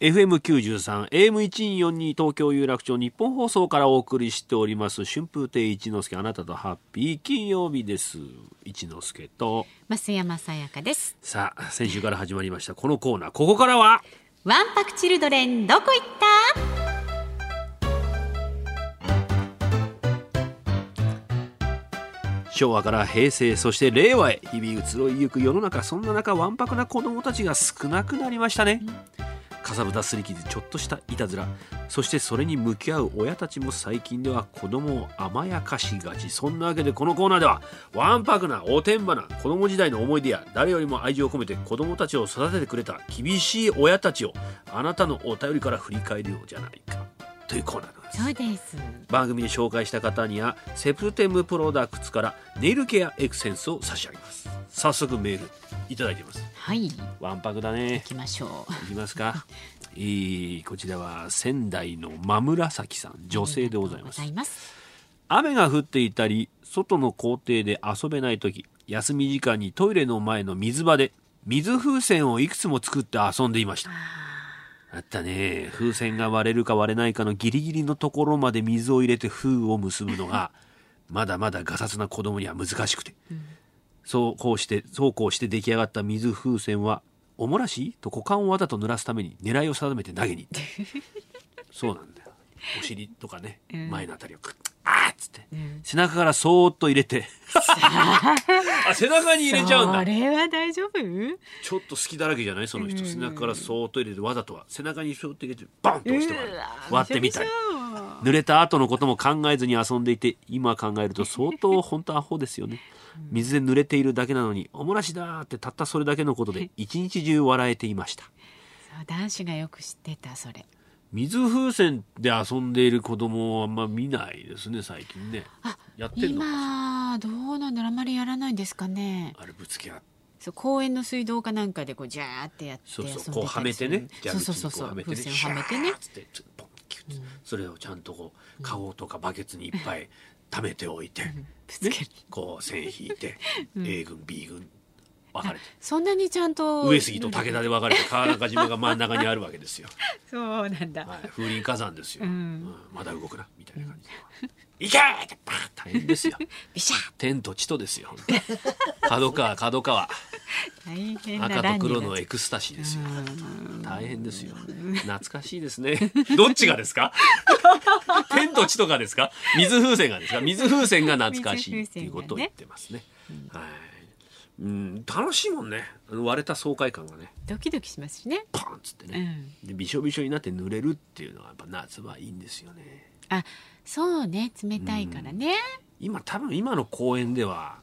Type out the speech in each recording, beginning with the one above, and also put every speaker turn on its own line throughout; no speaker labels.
FM93 AM1242 東京有楽町日本放送からお送りしております春風亭一之輔あなたとハッピー金曜日です一之輔と
増山さやかです
さあ先週から始まりましたこのコーナーここからは
ワンパクチルドレンどこ行った
昭和から平成そして令和へ日々移ろいゆく世の中そんな中わんぱくな子供たちが少なくなりましたねかさぶたすり傷ちょっとしたいたずらそしてそれに向き合う親たちも最近では子供を甘やかしがちそんなわけでこのコーナーではわんぱくなおてんばな子供時代の思い出や誰よりも愛情を込めて子供たちを育ててくれた厳しい親たちをあなたのお便りから振り返るようじゃないかというコーナーなんです
そうです
番組で紹介した方にはセプテムプロダクツからネイルケアエクセンスを差し上げます早速メールいただいてます
はい行
わんぱくだね
きましょう
いきますかえーこちらは仙台の真紫さん女性でございます
ございます
雨が降っていたり外の校庭で遊べない時休み時間にトイレの前の水場で水風船をいくつも作って遊んでいましたあったね風船が割れるか割れないかのギリギリのところまで水を入れて封を結ぶのがまだまだガサツな子供には難しくて、そうこうしてそうこうして出来上がった水風船はおもらしと股間をわざと濡らすために狙いを定めて投げに行ったそうなんだよお尻とかね、前のあたりをくっあーっつって、背中からそーっと入れてあ背中に入れちゃうんだ
それは大丈夫
ちょっと好きだらけじゃないその人背中からそーっと入れてわざとは背中にしょって入れてバンと押して割る
うわ
割ってみたり
びしょびしょ
濡れた後のことも考えずに遊んでいて今考えると相当本当アホですよね水で濡れているだけなのにおもらしだーってたったそれだけのことで一日中笑えていました
そう男子がよく知ってたそれ
水風船で遊んでいる子供はあんま見ないですね最近ねやってんのか
今どうなんだろうあまりやらないんですかね
あれぶつけ合って
そう公園の水道かなんかでこうジャーってやって遊
そ
んでたりする
うそうこうはめてね
そうそうそうそう
蛇口に
風
こ
船をはめて
シ
ね
ャーッつってちょっとポンキュッてそれをちゃんとこう顔とかバケツにいっぱい溜めておいて、
ぶつける
こう線引い て A 軍 B 軍分かれて
そんなにちゃんと
上杉と武田で分かれて川中島が真ん中にあるわけですよ、
そうなんだ、
はい、風林火山ですよ、
うん
うんまだ動くなみたいな感じで「いけ!」ってバーッ大変ですよ
ビシャ
天と地とですよ本当に角川角
ー
川
大変な
赤
乱
と
に
黒の
なっ
エクスタシーですよ
ちゃう
大変ですよ。懐かしいです ね。どっちがですか 天と地とかですか水風船がですか水風船が懐かしいっていうことを言ってますね。はい。うん、楽しいもんね。あの割れた爽快感がね、
ドキドキしますしね
パーンっつってね、で。びしょびしょになって濡れるっていうのはやっぱ夏はいいんですよね。
あそうね冷たいからね、
今多分今の公園では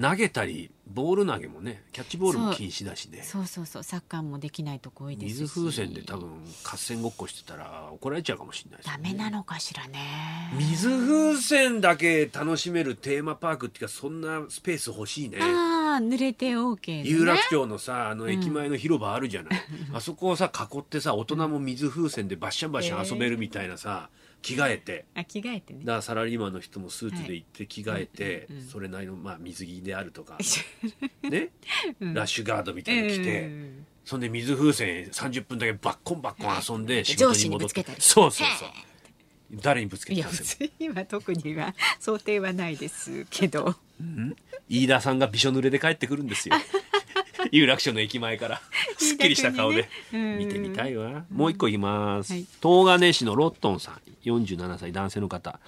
投げたりボール投げもね、キャッチボールも禁止だしね。
そうそうそうサッカーもできないとこ多いですし
水風船で多分合戦ごっこしてたら怒られちゃうかもしれないですよ
ダ
ね
メなのかしらね
水風船だけ楽しめるテーマパークっていうかそんなスペース欲しいね
ああ濡れて OK
有
ね
楽町のさあの駅前の広場あるじゃない、あそこをさ囲ってさ大人も水風船でバッシャンバッシャン遊べるみたいなさ、着替えて
あ着替えてね
だからサラリーマンの人もスーツで行って着替えて、
うんうんうん
それなりの、まあ、水着である とかね、ラッシュガードみたいなの着て、
うん
そんで水風船30分だけバッコンバッコン遊んで仕
上
事
司に
に戻
ぶ
っ
つけ
て
たり
そうそうそう誰にぶつけ
い
て
や
たんです
別に今特には想定はないですけど
飯田さんがびしょ濡れで帰ってくるんですよ。有楽町の駅 前からすっきりした顔で見てみた
い。
いわもう一個いきます、
はい
東金市のロットンさん47歳男性の方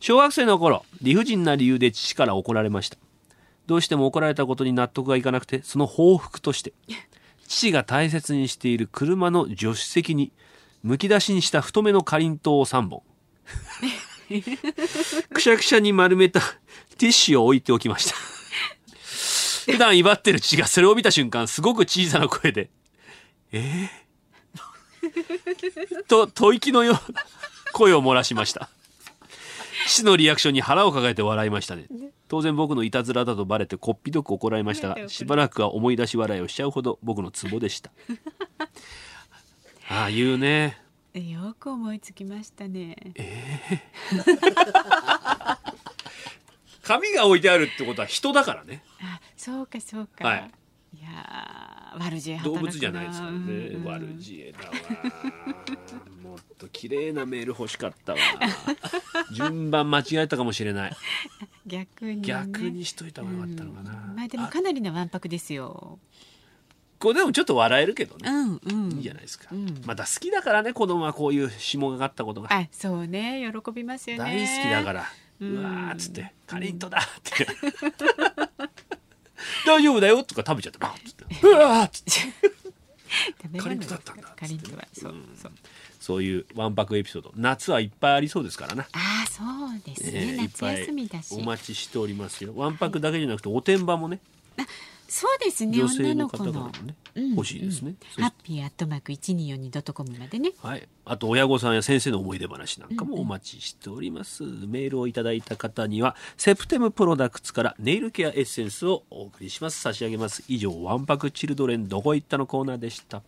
小学生の頃理不尽な理由で父から怒られましたどうしても怒られたことに納得がいかなくてその報復 として父が大切にしている車の助手席にむき出しにした太めのかりんとうを3本くしゃくしゃに丸めたティッシュを置いておきました普段威張ってる父がそれを見た瞬間すごく小さな声で「えー、と 吐息のような声を漏らしました父のリアクションに腹を抱えて笑いましたね当然僕のいたずらだとバレてこっぴどく怒られましたがしばらくは思い出し笑いをしちゃうほど僕のツボでしたああ言うね
うんよく思いつきましたね。
紙が置いてあるってことは人だからね
あ、そうかそうか。
はい、
やー、悪知恵働
動
く
物じゃないですからね
うん
悪知恵だわもっと綺麗なメール欲しかった わ順番間違えたかもしれない
逆に、ね、
逆にしといた方がよかったのかな、
うんまあでもかなりなわんぱくですよ。
これでもちょっと笑えるけど
う
ね、
んうん。
いいじゃないですか、
うん
また好きだからね子供はこういう霜がかったことが
あ、そうね、喜びますよね。。
大好きだからら、う
うん
わーっつって「かりんとだ」って 「大丈夫だよ」とか食べちゃってバーッつって「 うわーっつってかりんとだったんだ
かりんとは、そうそう。
そういうわんぱくエピソード夏はいっぱいありそうですからな
あー、そうですね。
えーいっ
夏
ぱい
休みだし。
お待ちしておりますよわんぱくだけじゃなくておてんばもね
そうですね。
女性
女の
の方
子
から
の。
もね
うん
欲しいですね、そ
ハッ
して
ピーアットマーク一二四二ドットコムまでね。
はい、あと親御さんや先生の思い出話なんかもお待ちしております、メールをいただいた方にはセプテムプロダクツからネイルケアエッセンスをお送りします差し上げます以上わんぱくチルドレンどこ行ったのコーナーでした